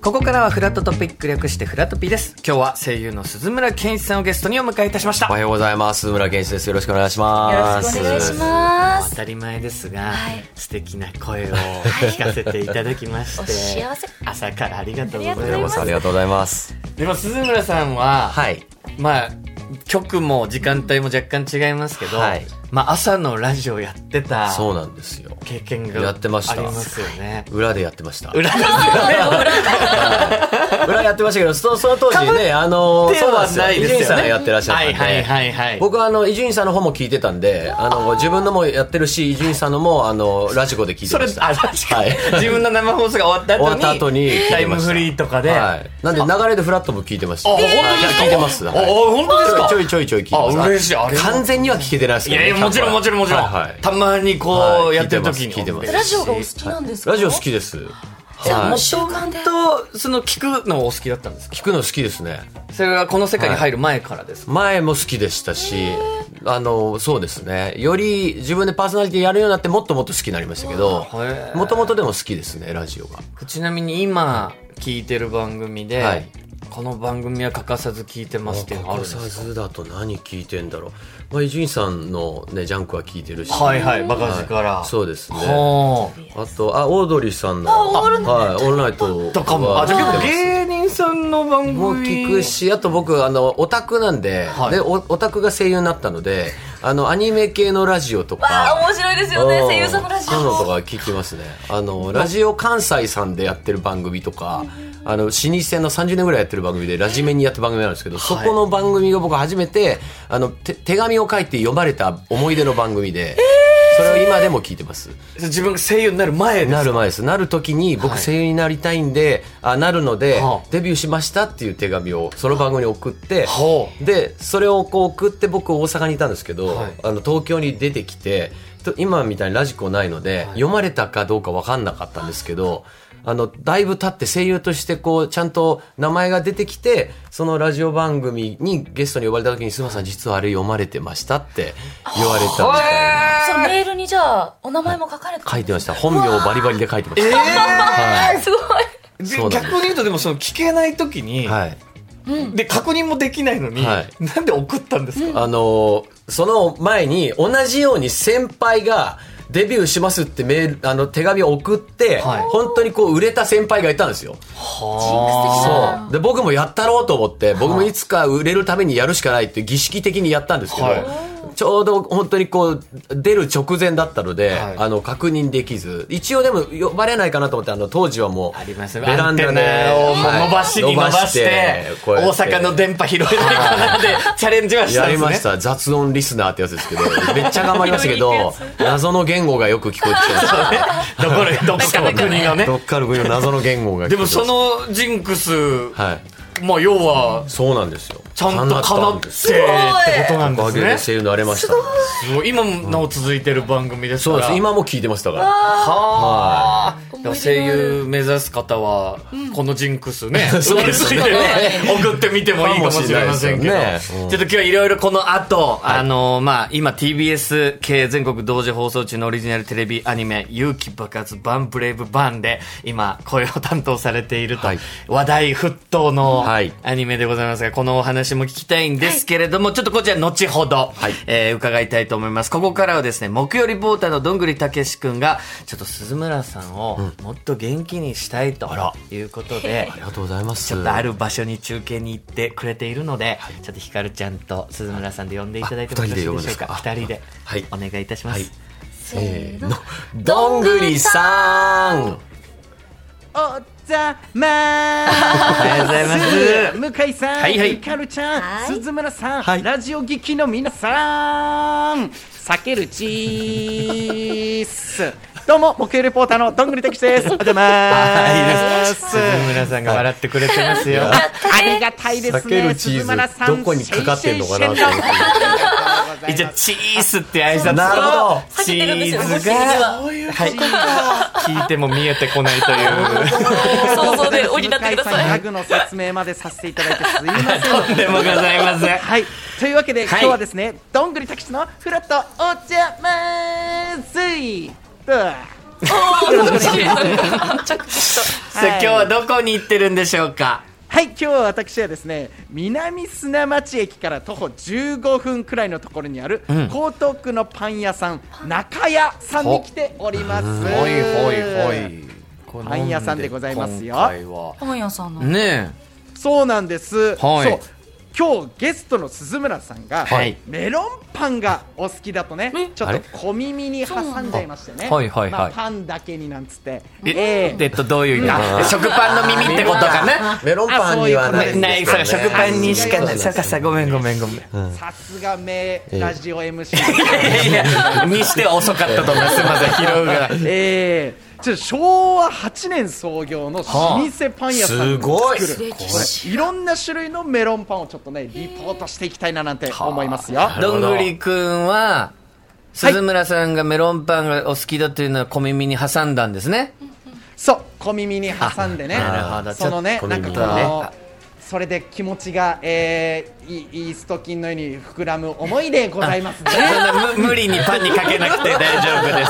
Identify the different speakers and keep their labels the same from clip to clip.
Speaker 1: ここからはフラットトピック略してフラトピーです。今日は声優の鈴村健一さんをゲストにお迎えいたしました。
Speaker 2: おはようございます。村健一です。よろしくお願いします。
Speaker 3: よろしくお願いしま
Speaker 1: 当
Speaker 3: す。
Speaker 1: たり前ですが、
Speaker 3: はい
Speaker 1: 素敵な声を聞かせていただきまし
Speaker 3: お
Speaker 1: て、
Speaker 3: 幸せ
Speaker 1: 朝からありがとうご
Speaker 3: ありがとう
Speaker 1: ざ
Speaker 3: ござ
Speaker 1: い
Speaker 3: い
Speaker 1: ま
Speaker 3: ますす
Speaker 2: ありがとうございます。
Speaker 1: でも鈴村さんは、
Speaker 2: はい。
Speaker 1: まあ曲も時間帯も若干違いますけど、
Speaker 2: はい
Speaker 1: まあ朝のラジオやってた
Speaker 2: そうなんですよ。
Speaker 1: 経験が
Speaker 2: やってました
Speaker 1: ありますよね
Speaker 2: 裏でやってました。
Speaker 1: 裏ですよね
Speaker 2: 裏やってましたけど、そその当時ね、あの、
Speaker 1: で
Speaker 2: そうなん
Speaker 1: は
Speaker 2: ですよ。
Speaker 1: ない
Speaker 2: 伊
Speaker 1: です
Speaker 2: 集
Speaker 1: よね
Speaker 2: 院さんがやってらっしゃったん
Speaker 1: はい
Speaker 2: で。
Speaker 1: はいはいはい
Speaker 2: 僕はあの伊集院さんの方も聞いてたんで、あの自分のもやってるし、伊集院さんのもあのラジコで聞いて
Speaker 1: それ
Speaker 2: ました。
Speaker 1: あ確かに、
Speaker 2: はい
Speaker 1: 自分の生放送が終わった
Speaker 2: 終
Speaker 1: 後
Speaker 2: わ
Speaker 1: に
Speaker 2: った後に聞いてました
Speaker 1: タイムフリーとかで、
Speaker 2: はい。なんで流れでフラットも聞いてました。
Speaker 1: あ
Speaker 2: はい
Speaker 1: 本当ですか
Speaker 2: 聞いてます。
Speaker 1: あ
Speaker 2: はい
Speaker 1: 本当ですか
Speaker 2: ちょいちょいちょい聞いてます。
Speaker 1: あ嬉しいあれ
Speaker 2: 完全には聞けてないです
Speaker 1: い
Speaker 2: け
Speaker 1: や
Speaker 2: どね。
Speaker 1: いやもちろんもちろんもちろん、
Speaker 2: はいはい
Speaker 1: たまにこう、
Speaker 2: はい
Speaker 1: やってる時に
Speaker 2: 聞いてます聞いてま
Speaker 3: ラジオがお好きなんですか。
Speaker 2: ラジオ好きです。
Speaker 3: じゃあも
Speaker 2: は
Speaker 3: う
Speaker 2: い
Speaker 3: 召喚で。
Speaker 1: とその聞くのお好きだったんですか
Speaker 2: 聞くの好きですね。
Speaker 1: それはこの世界に入る前からですか、
Speaker 2: 前も好きでしたし、あの、そうですね。より自分でパーソナリティやるようになってもっともっと好きになりましたけど
Speaker 1: へー、
Speaker 2: もともとでも好きですね、ラジオが。
Speaker 1: ちなみに今聞いてる番組で、
Speaker 2: はい
Speaker 1: この番組は欠かさず聞いてますっていうのあるんです
Speaker 2: サ
Speaker 1: か
Speaker 2: ズだと何聞いてんだろう。まあ、伊集院さんのね、ジャンクは聞いてるし。
Speaker 1: はいはいバカ力、
Speaker 2: はいそうですね。
Speaker 1: は
Speaker 2: あと、あ、オードリーさんの、
Speaker 3: あオールナイト
Speaker 2: はい、オールナイト
Speaker 1: あとかもあじゃあ結構芸人さんの番組
Speaker 2: もう聞くし、あと僕、あの、オタクなんで、
Speaker 1: はい
Speaker 2: で、おオタクが声優になったので、あの、アニメ系のラジオと
Speaker 3: あ
Speaker 2: か、
Speaker 3: 面白いですよね。
Speaker 2: うん
Speaker 3: 声優さんのラジ
Speaker 2: そういうのとか
Speaker 3: オ。
Speaker 2: 聞きますね。あの、ラジオ関西さんでやってる番組とか、あの、老舗の30年ぐらいやってる番組で、ラジメにやってる番組なんですけど、そこの番組が僕初めて、あの、て手紙を書いて読まれた思い出の番組で、それを今でも聞いてます。
Speaker 1: 自分が声優になる前です
Speaker 2: なる前です。なる時に僕
Speaker 1: はい
Speaker 2: 声優になりたいんで、あなるので
Speaker 1: はあ、
Speaker 2: デビューしましたっていう手紙をその番組に送って、
Speaker 1: ほう
Speaker 2: で、それをこう送って僕大阪にいたんですけど、
Speaker 1: はい
Speaker 2: あの東京に出てきて、と今みたいにラジコないので、読まれたかどうかわかんなかったんですけど、あの、だいぶ経って声優としてこう、ちゃんと名前が出てきて、そのラジオ番組にゲストに呼ばれた時に、すまさん実はあれ読まれてましたって言われたみたいな。
Speaker 3: そのメールにじゃあお名前も書かれてた
Speaker 2: 書
Speaker 3: ん
Speaker 2: い
Speaker 3: です
Speaker 2: てました。本名をバリバリで書いてました。
Speaker 3: か。すごい。
Speaker 1: で
Speaker 2: そうなんです
Speaker 1: 逆に言うとでもその聞けない時に、
Speaker 2: はい。
Speaker 1: で確認もできないのに、
Speaker 2: はい
Speaker 1: なんで送ったんですか、
Speaker 2: あのーその前に同じように先輩がデビューしますってメール、あの手紙を送って、
Speaker 1: はい
Speaker 2: 本当にこう売れた先輩がいたんですよ。
Speaker 3: あ
Speaker 2: そう。で、僕もやったろうと思って、僕もいつか売れるためにやるしかないって儀式的にやったんですけど、
Speaker 1: はい
Speaker 2: ちょうど本当にこう、出る直前だったので、
Speaker 1: はい
Speaker 2: あの、確認できず、一応でも呼ばれないかなと思って、あの、当時はもう、
Speaker 1: ありますね。
Speaker 2: ベランダで
Speaker 1: アンテナを
Speaker 2: はい
Speaker 1: 伸ばしに伸ばして、
Speaker 2: こうや
Speaker 1: 大
Speaker 2: って
Speaker 1: 阪の電波拾えないかなでチャレンジはしたん
Speaker 2: や
Speaker 1: で
Speaker 2: り
Speaker 1: すね。
Speaker 2: ました。雑音リスナーってやつですけど、めっちゃ頑張りましたけ ど、謎の言語がよく聞こえてきてました。
Speaker 1: どこで、どこかの国がね。
Speaker 2: どっかの国の謎の言語が
Speaker 1: で
Speaker 2: 聞こえて
Speaker 1: も
Speaker 2: ました
Speaker 1: そ、のジンクス、
Speaker 2: はい。
Speaker 1: まあ要は、
Speaker 2: そうなんですよ。
Speaker 1: ちゃんと叶ってって
Speaker 2: す。
Speaker 1: ことなん
Speaker 2: おかげ
Speaker 1: で
Speaker 2: です声優になれました。
Speaker 1: ね。もう今もなお続いてる番組です
Speaker 2: そ
Speaker 1: か
Speaker 2: う
Speaker 1: ら。
Speaker 2: です。今も聞いてましたから。
Speaker 1: はあ。だから
Speaker 3: 思い
Speaker 1: 声
Speaker 3: 出のある
Speaker 1: 優目指す方は、このジンクスね、
Speaker 2: そうですね
Speaker 1: 受け継いね 送ってみてもいいかもしれませんけど、
Speaker 2: かもしれないですよねうん
Speaker 1: ちょっと今日はいろいろこの後、あの、まあ、今 TBS 系全国同時放送中のオリジナルテレビアニメ、勇気爆発バンブレイブバンで、今、声を担当されていると
Speaker 2: はい、
Speaker 1: 話題沸騰の
Speaker 2: はい
Speaker 1: アニメでございますが、このお話も聞きたいんですけれども、ちょっとこちら後ほど、
Speaker 2: はい
Speaker 1: えー伺いたいと思います。ここからはですね、木曜リポーターのどんぐりたけしくんが、ちょっと鈴村さんをもっと元気にしたいということで、
Speaker 2: ありがとうございます。
Speaker 1: ちょっとある場所に中継に行ってくれているので、ちょっとひかるちゃんと鈴村さんで呼んでいただいても
Speaker 2: あ
Speaker 1: よろしいでしょう
Speaker 2: 二人で呼ぶんですか
Speaker 1: か。二
Speaker 2: あ
Speaker 1: 人で
Speaker 2: はい
Speaker 1: お願いいたしま
Speaker 2: は
Speaker 1: す。
Speaker 2: い
Speaker 3: せーの。
Speaker 2: どんぐりさん
Speaker 4: おざま
Speaker 1: おはようございます。
Speaker 4: 向井さん、
Speaker 1: はいはい
Speaker 4: ひかるちゃん、
Speaker 3: はい
Speaker 4: 鈴村さん、
Speaker 2: はい
Speaker 4: ラジオ劇の皆さん、避けるチーす。どうも、木曜レポーターのどんぐりたけしです。おはようござい
Speaker 1: は
Speaker 4: ま。
Speaker 1: いいいですす鈴村さんが笑ってくれてますよ。
Speaker 4: ありがたいですね。
Speaker 2: 避けるチーズ
Speaker 4: 鈴村さん
Speaker 2: どこにかかってんのかなと思って
Speaker 4: シェンシ
Speaker 1: 一応、
Speaker 4: ェンシェン
Speaker 1: チーズって挨拶
Speaker 2: なるほど
Speaker 1: と、チーズ
Speaker 3: 避けてるんですよ
Speaker 1: が、はい、聞いても見えてこないという。
Speaker 3: 想像で降り立ってくだ
Speaker 4: 向井
Speaker 3: さ
Speaker 4: ん
Speaker 3: い。
Speaker 4: ギャグの説明までさせていただいてすいません。
Speaker 1: とんでもございません。
Speaker 4: はい、というわけ
Speaker 1: は
Speaker 4: で、
Speaker 1: い
Speaker 4: 今日はですね、どんぐりたけしのフラットお茶まーずい。うわ
Speaker 3: おー面白い。着地した。
Speaker 1: さあ今日はどこに行ってるんでしょうか
Speaker 4: はい、今日は私はですね、南砂町駅から徒歩15分くらいのところにある、
Speaker 1: ん
Speaker 4: 江東区のパン屋さん、中屋さんに来ております。
Speaker 5: ほいほいほい。この
Speaker 4: パン屋さんでございますよ
Speaker 5: 今回は
Speaker 3: パン屋さんの。
Speaker 1: ね
Speaker 4: そうなんです。
Speaker 1: はい
Speaker 4: そう今日ゲストの鈴村さんが、
Speaker 1: はい
Speaker 4: メロンパンがお好きだとね、ちょっと小耳に挟んじゃいましてね、
Speaker 1: あはいはいはい
Speaker 4: まあパンだけになんつって、
Speaker 1: え
Speaker 4: ええ
Speaker 1: えっとどういう意味あ食パンの耳ってことかな
Speaker 2: メロンパンにはないん
Speaker 1: な
Speaker 2: で
Speaker 1: い
Speaker 2: すけど
Speaker 1: そ
Speaker 2: ね
Speaker 1: う食パンにしかない
Speaker 2: そ
Speaker 1: そうう
Speaker 2: で
Speaker 1: か
Speaker 2: すね
Speaker 1: さごめんごめんごめん
Speaker 4: さすが名ラジオ MC、
Speaker 1: いやにしては遅かったと思いますすいません拾うが
Speaker 4: ええちょっと昭和8年創業の老舗パン屋さん
Speaker 2: すごい
Speaker 3: 歴史。
Speaker 4: いろんな種類のメロンパンをちょっとねリポートしていきたいななんて思いますよ。
Speaker 1: どんぐりくんは鈴村さんがメロンパンがお好きだというのは小耳に挟んだんですね、
Speaker 4: そう小耳に挟んでね
Speaker 1: あなるほど
Speaker 4: そのね
Speaker 2: ちょっと
Speaker 4: なんか
Speaker 2: 小
Speaker 4: こ
Speaker 2: 耳にね
Speaker 4: のそれで気持ちが、えー、いいいいストキンのように膨らむ思いでございま すね。
Speaker 1: そんな無無理にパンにかけなくて大丈夫で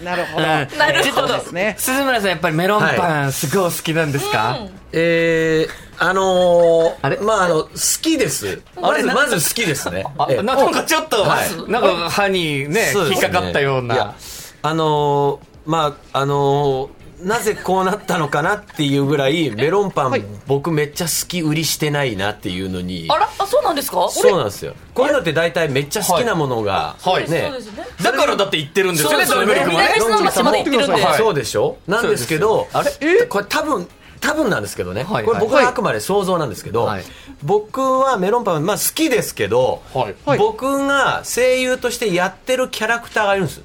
Speaker 1: す
Speaker 4: なるほ
Speaker 1: うん
Speaker 4: ど。
Speaker 3: なるほど
Speaker 4: そうですね。
Speaker 1: 鈴村さんやっぱりメロンパ
Speaker 2: は
Speaker 1: ンすごいお好きなんですか、
Speaker 2: えー、あのー、
Speaker 1: あれ
Speaker 2: まあ、あの、好きです。まず、まず好きですね。ええ
Speaker 1: あなんかちょっと、
Speaker 2: はい
Speaker 1: なんか歯にね
Speaker 2: そうで
Speaker 1: 引
Speaker 2: す
Speaker 1: っ
Speaker 2: ね
Speaker 1: かかったよう
Speaker 2: い
Speaker 1: な
Speaker 2: やあのー、まあ、あのー、なぜこうなったのかなっていうぐらい、メロンパン、
Speaker 4: はい
Speaker 2: 僕めっちゃ好き売りしてないなっていうのに
Speaker 3: あ、ら、あ、そうなんですか。
Speaker 2: そうなんですよ。こういうのって大体めっちゃ好きなものが、
Speaker 1: はい
Speaker 3: 俺そうですね。
Speaker 1: だからだって言ってるんですよね
Speaker 3: そう
Speaker 1: ド
Speaker 3: です
Speaker 1: リ
Speaker 3: よね
Speaker 1: ブル君はね
Speaker 3: 南砂町まで行ってるんで。
Speaker 1: はい
Speaker 2: そうでしょなんですけど、あれこれ多分、多分なんですけどね。
Speaker 1: はい
Speaker 2: これ僕
Speaker 1: はい
Speaker 2: はあくまで想像なんですけど、
Speaker 1: はい
Speaker 2: 僕はメロンパン、まあ好きですけど、
Speaker 1: はい
Speaker 4: はい
Speaker 2: 僕が声優としてやってるキャラクターがいるんです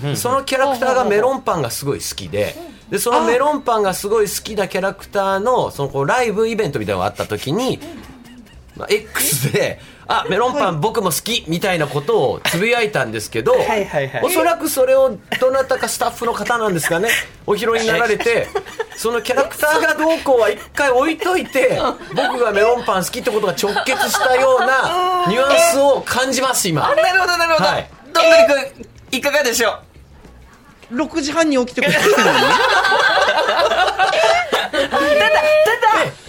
Speaker 2: ね。そのキャラクターがメロンパンがすごい好きで、で、そのメロンパンがすごい好きなキャラクターの、そのこうライブイベントみたいなのがあった時に、まあ、X で、あ、メロンパン僕も好きみたいなことをつぶやいたんですけど、
Speaker 1: いはいはい
Speaker 2: おそらくそれをどなたかスタッフの方なんですかね、お拾いになられて、そのキャラクターがどうこうは一回置いといて、僕がメロンパン好きってことが直結したようなニュアンスを感じます、今。
Speaker 1: なるほどなるほど、
Speaker 2: はい
Speaker 1: どんぐりくんいかがでしょう
Speaker 4: 6時半に起きて こっち来てるのにね。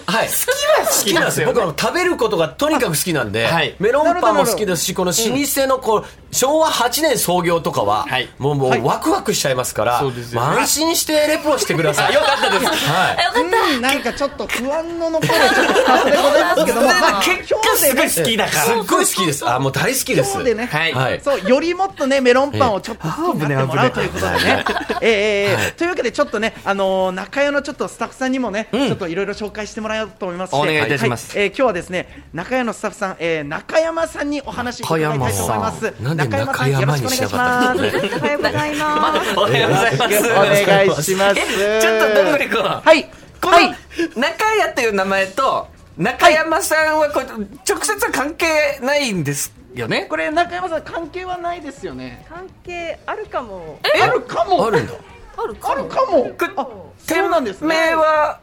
Speaker 2: はい、好きは好きなんですよ。僕は食べることがとにかく好きなんで、
Speaker 1: はい
Speaker 2: メロンパンも好きですし、この老舗のこう、昭和8年創業とかは、
Speaker 1: はい
Speaker 2: もうもうワクワクしちゃいますから、
Speaker 1: そうですよね
Speaker 2: まあ安心してレポしてくださ い。
Speaker 1: よかったです
Speaker 2: はい。
Speaker 4: うんなんかちょっと不安の残るちょっとスタッフでございますけども、まあ、結局
Speaker 1: すごい好きだから
Speaker 2: すっごい好きです。あ、もう大好きです。
Speaker 4: そうでね、
Speaker 1: はい
Speaker 2: はい
Speaker 4: そうよりもっとねメロンパンをちょっと好きになってもらうということでね。ええええというわけでちょっとねあのー中屋のちょっとスタッフさんにもね、ちょっといろいろ紹介してもらおうと思いますして
Speaker 1: お願いいたします
Speaker 4: はえー今日はですね中屋のスタッフさん、えー、中山さんにお話伺いたいと思います。
Speaker 2: 中山さんなんで中
Speaker 4: よろ
Speaker 2: 山
Speaker 4: しくお
Speaker 2: に
Speaker 4: 願
Speaker 2: しな
Speaker 4: いし
Speaker 2: か
Speaker 4: ま
Speaker 2: ったん
Speaker 4: す。
Speaker 2: だろうね
Speaker 6: おはようございます。
Speaker 1: おはようございます
Speaker 4: お願いします。
Speaker 1: ちょっとどんぐりくんは
Speaker 4: はい
Speaker 1: こ
Speaker 4: はい
Speaker 1: の中屋っていう名前と中山さんはこれ直接は関係ないんですよね
Speaker 4: これ中山さん関係はないですよね。
Speaker 6: 関係あるかも。
Speaker 4: あるかも
Speaker 2: あるんだ。
Speaker 6: あるか
Speaker 4: あるかも。あそうなんですね。
Speaker 1: 店名は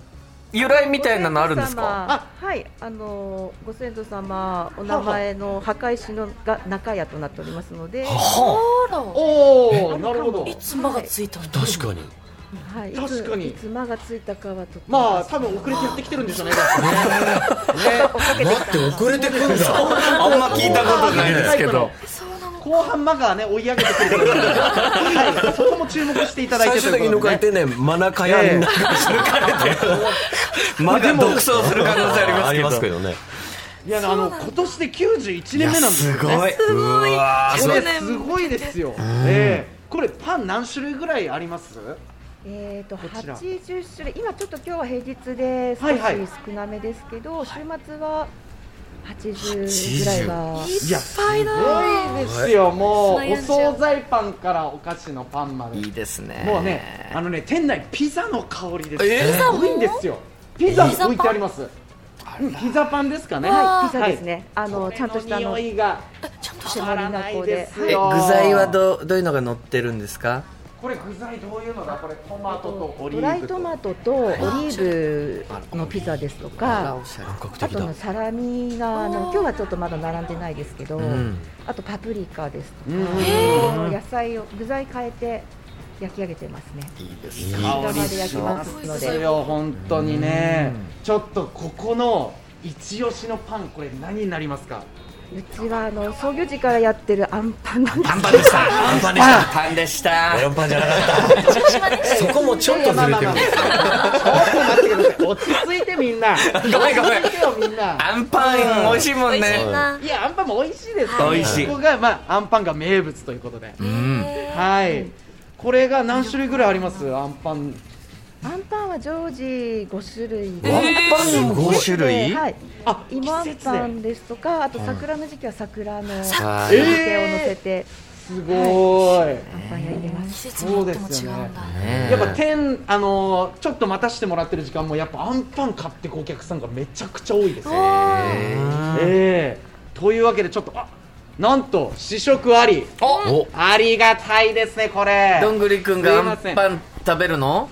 Speaker 1: 由来みたいなのあるんですか
Speaker 6: あ、はい、あのご先祖様、お名前の墓石のが中屋となっておりますので。
Speaker 3: あら。
Speaker 4: おお、なるほど。
Speaker 3: いつまがついたの。
Speaker 2: 確かに。
Speaker 6: はい、
Speaker 4: 確かに
Speaker 6: いつ間がついたかはと。
Speaker 4: まあ、多分遅れてやってきてるんでし ょうね。
Speaker 2: 待って、遅れてくんだ。
Speaker 1: あんま聞いたことないですけど
Speaker 4: 後半マガね、追い上げてくれてるので。はい、そこも注目していただい
Speaker 2: 最
Speaker 4: てと
Speaker 2: 終的
Speaker 4: い
Speaker 2: に
Speaker 4: うこ
Speaker 2: 抜
Speaker 4: と
Speaker 2: かれ
Speaker 4: でね。
Speaker 2: てね、マナカヤにな
Speaker 1: まだ独走する可能性あ
Speaker 2: あ
Speaker 1: り
Speaker 2: り
Speaker 1: ま
Speaker 2: ますす
Speaker 1: け
Speaker 2: け
Speaker 1: ど
Speaker 2: どね。
Speaker 4: いや、あの、今年で91年目なんですよね。
Speaker 1: いすごいうわ
Speaker 4: これすごいですよ。ええこれパン何種類ぐらいあります？
Speaker 6: えっと、八
Speaker 4: ちら
Speaker 6: 十種類、今ちょっと今日は平日で少
Speaker 4: はいはい
Speaker 6: し少なめですけど、週末は。八十ぐらいは。
Speaker 4: いや、すごいですよ。も
Speaker 3: そう
Speaker 4: うお
Speaker 3: やんじゃん
Speaker 4: 惣菜パンからお菓子のパンまで
Speaker 1: い。いですね
Speaker 4: もうね、あのね、店内ピザの香りです。
Speaker 1: えー
Speaker 4: すごいんですよ。ピザも置いてあります。うんピザパンですかね。
Speaker 6: はい、ピザですね。あ
Speaker 4: こ
Speaker 6: の、
Speaker 4: れ
Speaker 6: ちゃんとしたあの
Speaker 4: 匂。いが
Speaker 3: ちゃんとして
Speaker 4: た
Speaker 3: る。
Speaker 4: まらないですよ
Speaker 1: え具材はどどういうのが乗ってるんですか
Speaker 4: これ具材どういうのだこれトマトとオリ
Speaker 6: ド
Speaker 4: ー
Speaker 6: ラ
Speaker 4: ブ
Speaker 6: イ
Speaker 4: と
Speaker 6: トマトとオリーブのピザですとか、
Speaker 2: 本格
Speaker 6: あ
Speaker 2: 的
Speaker 6: と
Speaker 2: だ
Speaker 6: の。サラミがあの今日はちょっとまだ並んでないですけど、あとパプリカですとか、あの野菜を具材変えて焼き上げてますね。
Speaker 1: いいです
Speaker 2: いい
Speaker 6: 香りしますので
Speaker 4: よ本当にね、ちょっとここの一押しのパンこれ何になりますか
Speaker 6: うちはあの創業時からやってるアンパンなんです
Speaker 1: パンパンでした。パンパンでした。パンでした。
Speaker 2: メロンパンじゃなか った。そこもちょっとずれてる。
Speaker 4: 落ち着いてみんな
Speaker 1: ごめんごめん
Speaker 4: 落ち着いてよみんな
Speaker 1: アンパン美味しいもん
Speaker 3: 美味しい
Speaker 1: ね。
Speaker 3: ない
Speaker 4: やあんパンも美味しいですから
Speaker 1: 美味しい
Speaker 4: ここがまああんパンが名物ということで
Speaker 1: うん。
Speaker 4: はいこれが何種類ぐらいありますあんパン
Speaker 6: アンパンは常時五種類で。
Speaker 1: ワンパン五種類。
Speaker 6: はい、
Speaker 4: あ
Speaker 6: 今
Speaker 4: 季
Speaker 6: あん
Speaker 4: 節
Speaker 6: パ
Speaker 4: で
Speaker 6: ンですとか、あと桜の時期は桜の
Speaker 1: 桜
Speaker 6: 漬けを乗せて、
Speaker 4: すごーい
Speaker 6: あんパン焼いてます。
Speaker 3: 季節によっても違うんだ。
Speaker 1: ね
Speaker 4: やっぱ天あのーちょっと待たしてもらってる時間もやっぱあんパン買ってくお客さんがめちゃくちゃ多いですねええというわけでちょっとあなんと試食あり
Speaker 1: お、
Speaker 2: お、
Speaker 4: ありがたいですねこれ
Speaker 1: どんぐりくんがアン
Speaker 4: すいま
Speaker 1: パン食べるの？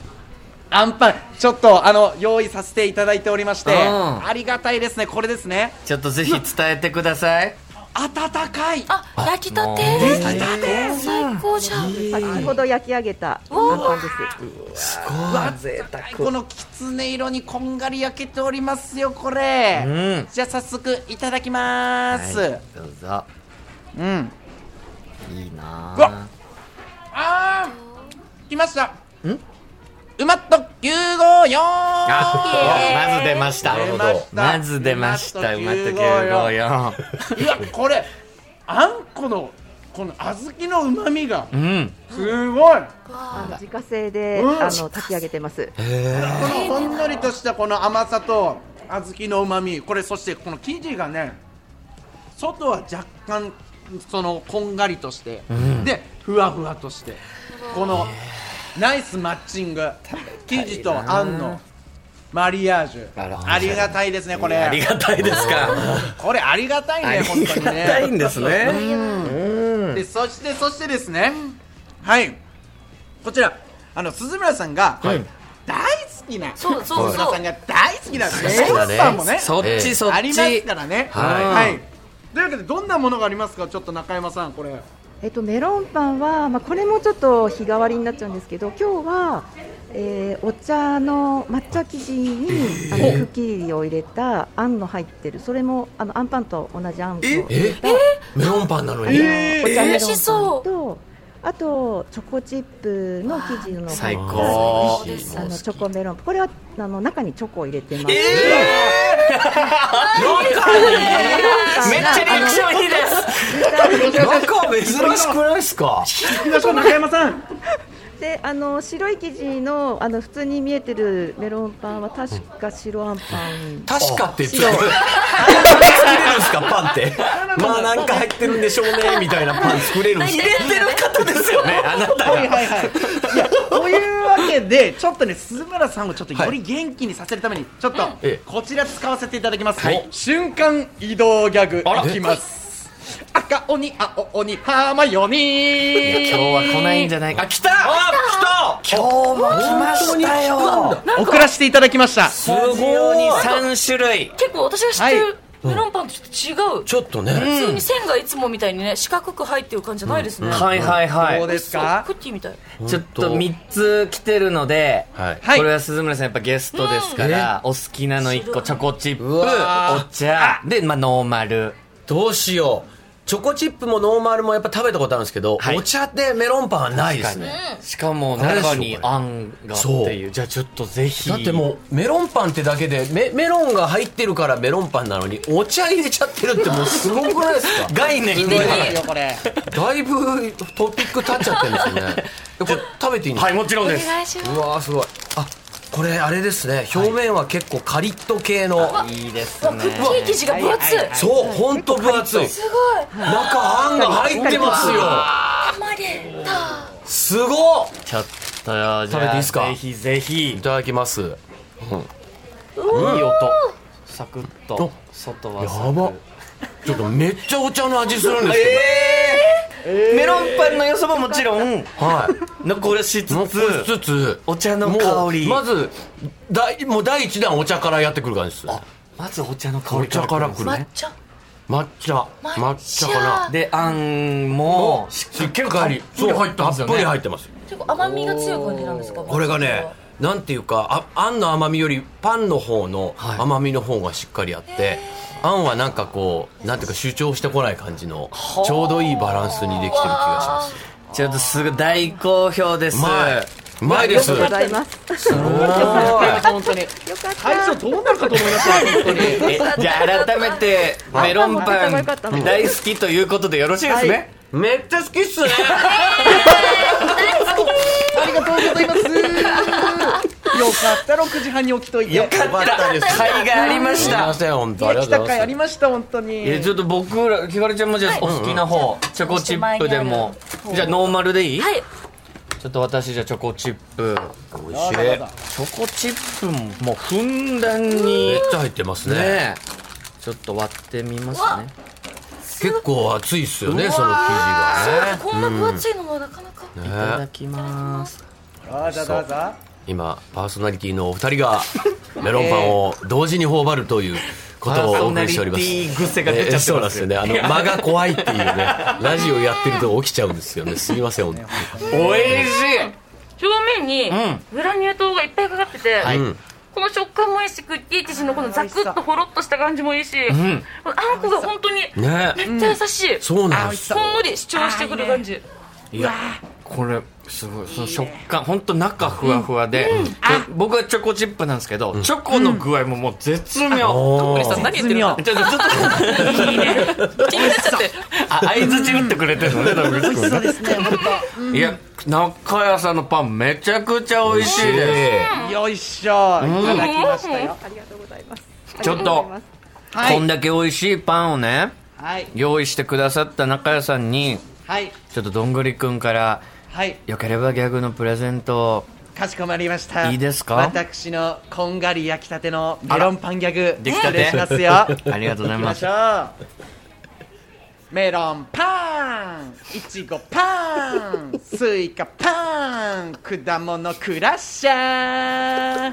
Speaker 4: あんパンちょっとあの用意させていただいておりまして
Speaker 1: うん
Speaker 4: ありがたいですねこれですね
Speaker 1: ちょっとぜひ伝えてください。
Speaker 4: 温かい
Speaker 3: あ、焼きたて。最高じゃん。
Speaker 6: 先ほど焼き上げたアンパンです。
Speaker 4: このきつね色にこんがり焼けておりますよこれ、
Speaker 1: うん
Speaker 4: じゃあ早速いただきます、
Speaker 1: はいどうぞ。
Speaker 4: うん
Speaker 1: いいな
Speaker 4: うわあー来ましたんうまっと954
Speaker 1: あ、まず出ました
Speaker 2: なるほど
Speaker 1: まず出ました。うまった954。
Speaker 4: いやこれあんこのこの小豆の旨味が
Speaker 1: うん。
Speaker 4: すごい
Speaker 6: あの自家製で、
Speaker 4: うん
Speaker 6: あの炊き上げてます。
Speaker 4: このほんのりとしたこの甘さと小豆の旨味これそしてこの生地がね外は若干そのこんがりとして、でふわふわとしてこのナイスマッチング生地とあんのマリアージュありがたいですねこれ
Speaker 1: ありがたいですか。
Speaker 4: これありがたい
Speaker 1: あ
Speaker 4: ね本
Speaker 1: り
Speaker 4: 当
Speaker 1: が
Speaker 4: にね
Speaker 1: たいんですね。
Speaker 4: でそしてそしてですねはいこちらあの鈴村さんが、大好きな
Speaker 3: そうそう
Speaker 4: 鈴村
Speaker 3: そ
Speaker 4: さん
Speaker 3: う。
Speaker 4: が大好きな
Speaker 2: 好きだね
Speaker 4: 鈴さんもね
Speaker 1: そっ
Speaker 2: え
Speaker 1: ち
Speaker 2: え
Speaker 1: そっ
Speaker 4: あります
Speaker 1: ち
Speaker 4: か。らね
Speaker 2: はい
Speaker 4: いというわけでどんなものがありますかちょっと中山さんこれ
Speaker 6: えっとメロンパンは、まあこれもちょっと日替わりになっちゃうんですけど、今日は、えーお茶の抹茶生地にあのクッキーを入れたあんの入ってる、それもあのアンパンと同じあんこを入れた。
Speaker 2: メロンパンなのに。
Speaker 6: お茶メ
Speaker 3: 美
Speaker 6: ロ
Speaker 3: 味し
Speaker 6: ンパ
Speaker 3: そ
Speaker 6: ンとあとチョコチップの生地の方
Speaker 1: 最
Speaker 2: 高
Speaker 6: あのチョコメロンこれはあの中にチョコを入れてます、
Speaker 1: めっちゃリアクションいいです。
Speaker 2: なんか珍しくないですか。
Speaker 4: 行きましょう中山さん
Speaker 6: であの白い生地のあの普通に見えてるメロンパンは確か白あんパン
Speaker 2: 確かって言ってた。 作れるんですかパ ンって。まあなんか入ってるんでしょうねみたいなパン作れるんですか。
Speaker 1: 入れてる方ですよね。 あなたが。
Speaker 4: はいはいいやというわけでちょっとね鈴村さんをちょっとより元気にさせるために、ちょっと
Speaker 2: ええ
Speaker 4: こちら使わせていただきます、
Speaker 2: はい
Speaker 4: 瞬間移動ギャグ
Speaker 1: あら
Speaker 4: いきます赤鬼青鬼ハーマヨニー
Speaker 1: 今日は来ないんじゃないか。あ、来た
Speaker 2: あ
Speaker 1: 今日も来ましたよ。
Speaker 4: 送らせていただきました
Speaker 2: 来た。すごい。
Speaker 1: 三種類
Speaker 3: う。。結構私が知ってるメロンパンとちょっと違う。
Speaker 2: ちょっとね。
Speaker 3: 普通に線がいつもみたいにね四角く入ってる感じじゃないですね。
Speaker 1: はいはい
Speaker 4: ど
Speaker 1: は
Speaker 4: うですか
Speaker 3: クッキーみたい。
Speaker 1: い。ちょっと三つ来てるので、
Speaker 2: はい。
Speaker 4: はい
Speaker 1: これは鈴村さんやっぱゲストですから、お好きなの1個チョコチップ、
Speaker 2: うわ
Speaker 1: お茶、で、まあノーマル。
Speaker 2: どうしよう。チョコチップもノーマルもやっぱ食べたことあるんですけど、
Speaker 1: はい
Speaker 2: お茶でメロンパンはないですね。
Speaker 1: しかも中にあんがってい。
Speaker 2: そう
Speaker 1: じゃあちょっとぜひ。
Speaker 2: だってもうメロンパンってだけでメメロンが入ってるからメロンパンなのにお茶入れちゃってるってもうすごくないですか
Speaker 1: 概念
Speaker 4: どう
Speaker 1: が。
Speaker 4: ですよこれ
Speaker 2: だいぶトピック立っちゃってるんですよ ねでこれ食べていいんです
Speaker 1: は
Speaker 2: か、
Speaker 1: い、もちろんです。
Speaker 3: 願いしま
Speaker 2: うわーすごいあこれあれですね表面は結構カリッと系の、
Speaker 1: いいですね。
Speaker 3: クッキー生地が分厚い。
Speaker 2: そうほんと分厚い
Speaker 3: すごい。
Speaker 2: 中あんが入ってますよ
Speaker 3: マレタ。
Speaker 2: すごっ
Speaker 1: ちょっと、じゃあ、
Speaker 2: 食べていいっすか
Speaker 1: ぜひぜひ。い
Speaker 2: いただきます
Speaker 1: い音。サクッと。外は
Speaker 2: や
Speaker 1: サ
Speaker 2: ばちょっとめっちゃお茶の味するんですけど、
Speaker 1: クメロンパンの良さももちろん、
Speaker 2: はい
Speaker 1: 残しつ
Speaker 2: もう
Speaker 1: つ、
Speaker 2: つつ
Speaker 1: お茶の香り。
Speaker 2: もうまずだいもう第一弾お茶からやってくる感じです
Speaker 1: まずお茶の香
Speaker 2: お
Speaker 1: り
Speaker 2: 茶
Speaker 1: か
Speaker 2: からら
Speaker 1: 来
Speaker 2: 来
Speaker 1: る。
Speaker 2: る
Speaker 3: 抹茶。
Speaker 2: 抹茶抹茶かな
Speaker 1: で、あんも、し
Speaker 2: しっかりそう入ってますよねたっぷり入ってます
Speaker 3: 結構甘みが強い感じなんですか
Speaker 2: これがねなんていうかああんの甘みよりパンの方の甘みの方がしっかりあって、あんはなんかこうなんていうか主張してこない感じのちょうどいいバランスにできてる気がします
Speaker 1: ちょっとすぐ大好評です。
Speaker 2: うまいうまいです
Speaker 6: ありがとうございます。
Speaker 4: 本当に最初どうなるかと思いましたよ本当に
Speaker 1: えじゃあ改めて、メロンパン大好きということでよろしいですね。
Speaker 2: めっちゃ好きっすね
Speaker 4: ありがとうございます。よかった、六時半に起きといて。
Speaker 1: よかったです。会がありまし
Speaker 2: すいま
Speaker 1: た。
Speaker 2: せん本当ありが
Speaker 4: 来
Speaker 2: とう
Speaker 4: た
Speaker 2: ござ
Speaker 4: 回
Speaker 2: い
Speaker 4: あ
Speaker 2: ます
Speaker 4: りました、本当に。
Speaker 1: え、ちょっと僕ら、ひかりちゃんもじゃあお好きな方、チョコチップでも。じゃあノーマルでいい
Speaker 3: はい
Speaker 1: ちょっと私じゃあチョコチップ。
Speaker 2: 美味しいめっ
Speaker 1: チョコチップももうふんだんに。
Speaker 2: ちゃ入ってますね
Speaker 1: ねえちょっと割ってみますね。
Speaker 2: 結構熱いっすよねその生地がね
Speaker 3: こんな分厚いのはなかなか
Speaker 1: いただきます。
Speaker 4: あーだだだ
Speaker 2: 今パーソナリティのお二人 がメロンパンを同時に頬張るということをお送りしております
Speaker 1: パーソナリティ癖が出ちゃってますよ
Speaker 2: そうなんですよねあの間が怖いっていうねラジオやってると起きちゃうんですよねすみません本当に
Speaker 1: おいしい
Speaker 3: 表面に
Speaker 1: ん
Speaker 3: グラニュー糖がいっぱいかかってて、
Speaker 1: い
Speaker 2: うん
Speaker 3: この食感もいいしクッキー生地のこのザクッとほろっとした感じもいいし、このあんこが本当に
Speaker 2: ね
Speaker 3: めっちゃ優しい、
Speaker 2: そうなんですよ
Speaker 3: ほんのり主張してくる感じ、
Speaker 1: いやこれすごいその食感本当中ふわふわで、これ僕はチョコチップなんですけど、チョコの具合ももう絶妙、
Speaker 2: お
Speaker 3: 森さん
Speaker 2: ー
Speaker 3: 何言ってるの
Speaker 1: ちょっとちょっ
Speaker 3: 気になっちゃって
Speaker 1: とあ相づち打ってくれてるのね田口君
Speaker 4: そうですね、本
Speaker 1: いや中屋さんのパンめちゃくちゃ美味しいで
Speaker 4: 当。よいしょ、いただきましたよ。
Speaker 6: ありがとうございます。
Speaker 1: ちょっと
Speaker 6: ありがうございます
Speaker 1: す、
Speaker 4: は
Speaker 1: こん
Speaker 4: い、
Speaker 1: だけ美味しいパンをね
Speaker 4: はい、
Speaker 1: 用意してくださった中屋さんに
Speaker 4: はい、
Speaker 1: ちょっとどんぐりくんから
Speaker 4: はい、
Speaker 1: よければギャグのプレゼントを
Speaker 4: かしこまりました。
Speaker 1: いいですか
Speaker 4: 私のこんがり焼きたてのメロンパンギャグ。
Speaker 1: できたて
Speaker 4: お願いしますよ。
Speaker 1: ありがとうござい
Speaker 4: 行きま
Speaker 1: ま
Speaker 4: し
Speaker 1: す
Speaker 4: ょう。メロンパン、いちごパン、スイカパン、果物クラッシャー。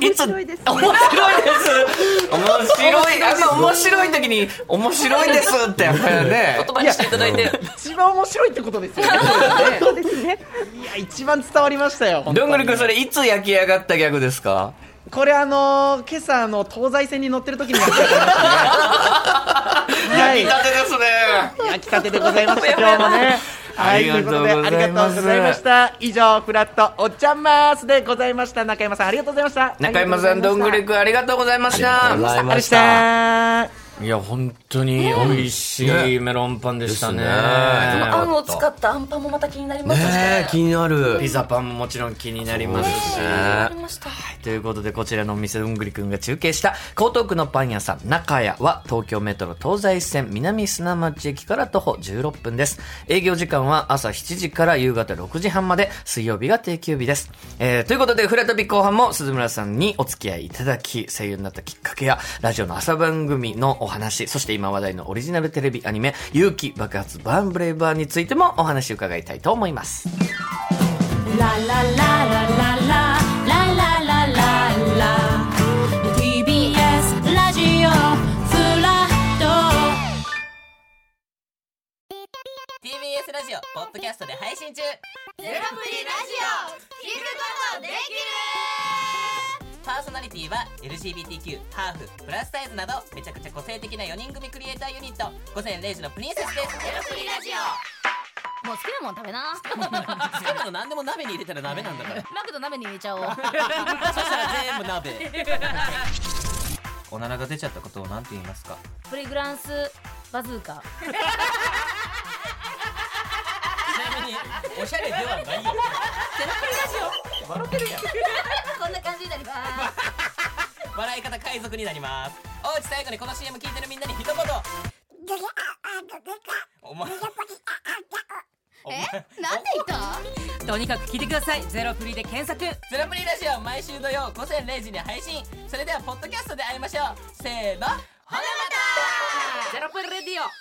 Speaker 1: いつ
Speaker 6: 面白いですね
Speaker 1: 面白いです面白いあんま面白い時に面白いですってやっぱりね
Speaker 3: 言葉にしていただいて
Speaker 4: 一番面白いってことですよね。
Speaker 6: そうですね。
Speaker 4: いや一番伝わりましたよ。本当
Speaker 1: ど
Speaker 4: に
Speaker 1: んぐりくんそれいつ焼き上がったギャグですか
Speaker 4: これあのー、今朝あの東西線に乗ってる時にやってましたね。はい、
Speaker 1: 手ですね
Speaker 4: 焼きたてでございました今日もね。はい、と
Speaker 1: あり
Speaker 4: いう
Speaker 1: が
Speaker 4: ことと
Speaker 1: うご
Speaker 4: で
Speaker 1: ざいます
Speaker 4: ありがとうございました。以上フラットおっちゃんますでございました。中山さんありがとうございました。
Speaker 1: 中山さんどんぐりくんありがとうございまし
Speaker 2: ありがとうご
Speaker 1: た
Speaker 2: ざい
Speaker 4: ありがとうござい
Speaker 2: ま
Speaker 4: ま
Speaker 2: し
Speaker 4: したた。
Speaker 1: いや本当に美味しいメロンパンでしたね
Speaker 2: ですね
Speaker 3: あんを使ったあんパンもまた気になりました
Speaker 2: ねえ
Speaker 3: ね
Speaker 2: 気になる
Speaker 1: ピザパンももちろん気になりますし
Speaker 3: ありました
Speaker 1: ということでこちらのお店どんぐりくんが中継した江東区のパン屋さん中屋は東京メトロ東西線南砂町駅から徒歩16分です営業時間は朝7時から夕方6時半まで水曜日が定休日です、えーということでフラトビ後半も鈴村さんにお付き合いいただき声優になったきっかけやラジオの朝番組のお話そして今話題のオリジナルテレビアニメ「勇気爆発バーンブレイバー」についてもお話伺いたいと思います
Speaker 7: ラララララララララララ TBS ラジオフラット
Speaker 8: TBS ラジオポッドキャストで配信中
Speaker 9: ゼロプリラジオ聞くことでき
Speaker 8: パーソナリティは LGBTQ ハーフプラスサイズなどめちゃくちゃ個性的な4人組クリエイターユニット午前0時のプリンセスですゼロプリラジオ
Speaker 9: るもう好きなもん食べな
Speaker 8: 好きなの何でも鍋に入れたら鍋なんだ から
Speaker 9: マクド鍋に入れち ゃおう
Speaker 8: そしたら全部鍋おならが出ちゃったことを何て言いますか
Speaker 9: プリグランスバズーカ
Speaker 8: ちなみにおしゃれではないよ
Speaker 9: こんな感じになります
Speaker 8: 笑い方海賊になりますおうち最後にこの CM 聞いてるみんなに一言お前お前
Speaker 9: なんで言っ
Speaker 7: とにかく聞いてくださいゼロプリで検索
Speaker 8: ゼロプリラジオ毎週土曜午前0時に配信それではポッドキャストで会いましょうせーのほなまた
Speaker 7: ゼロプリレディオ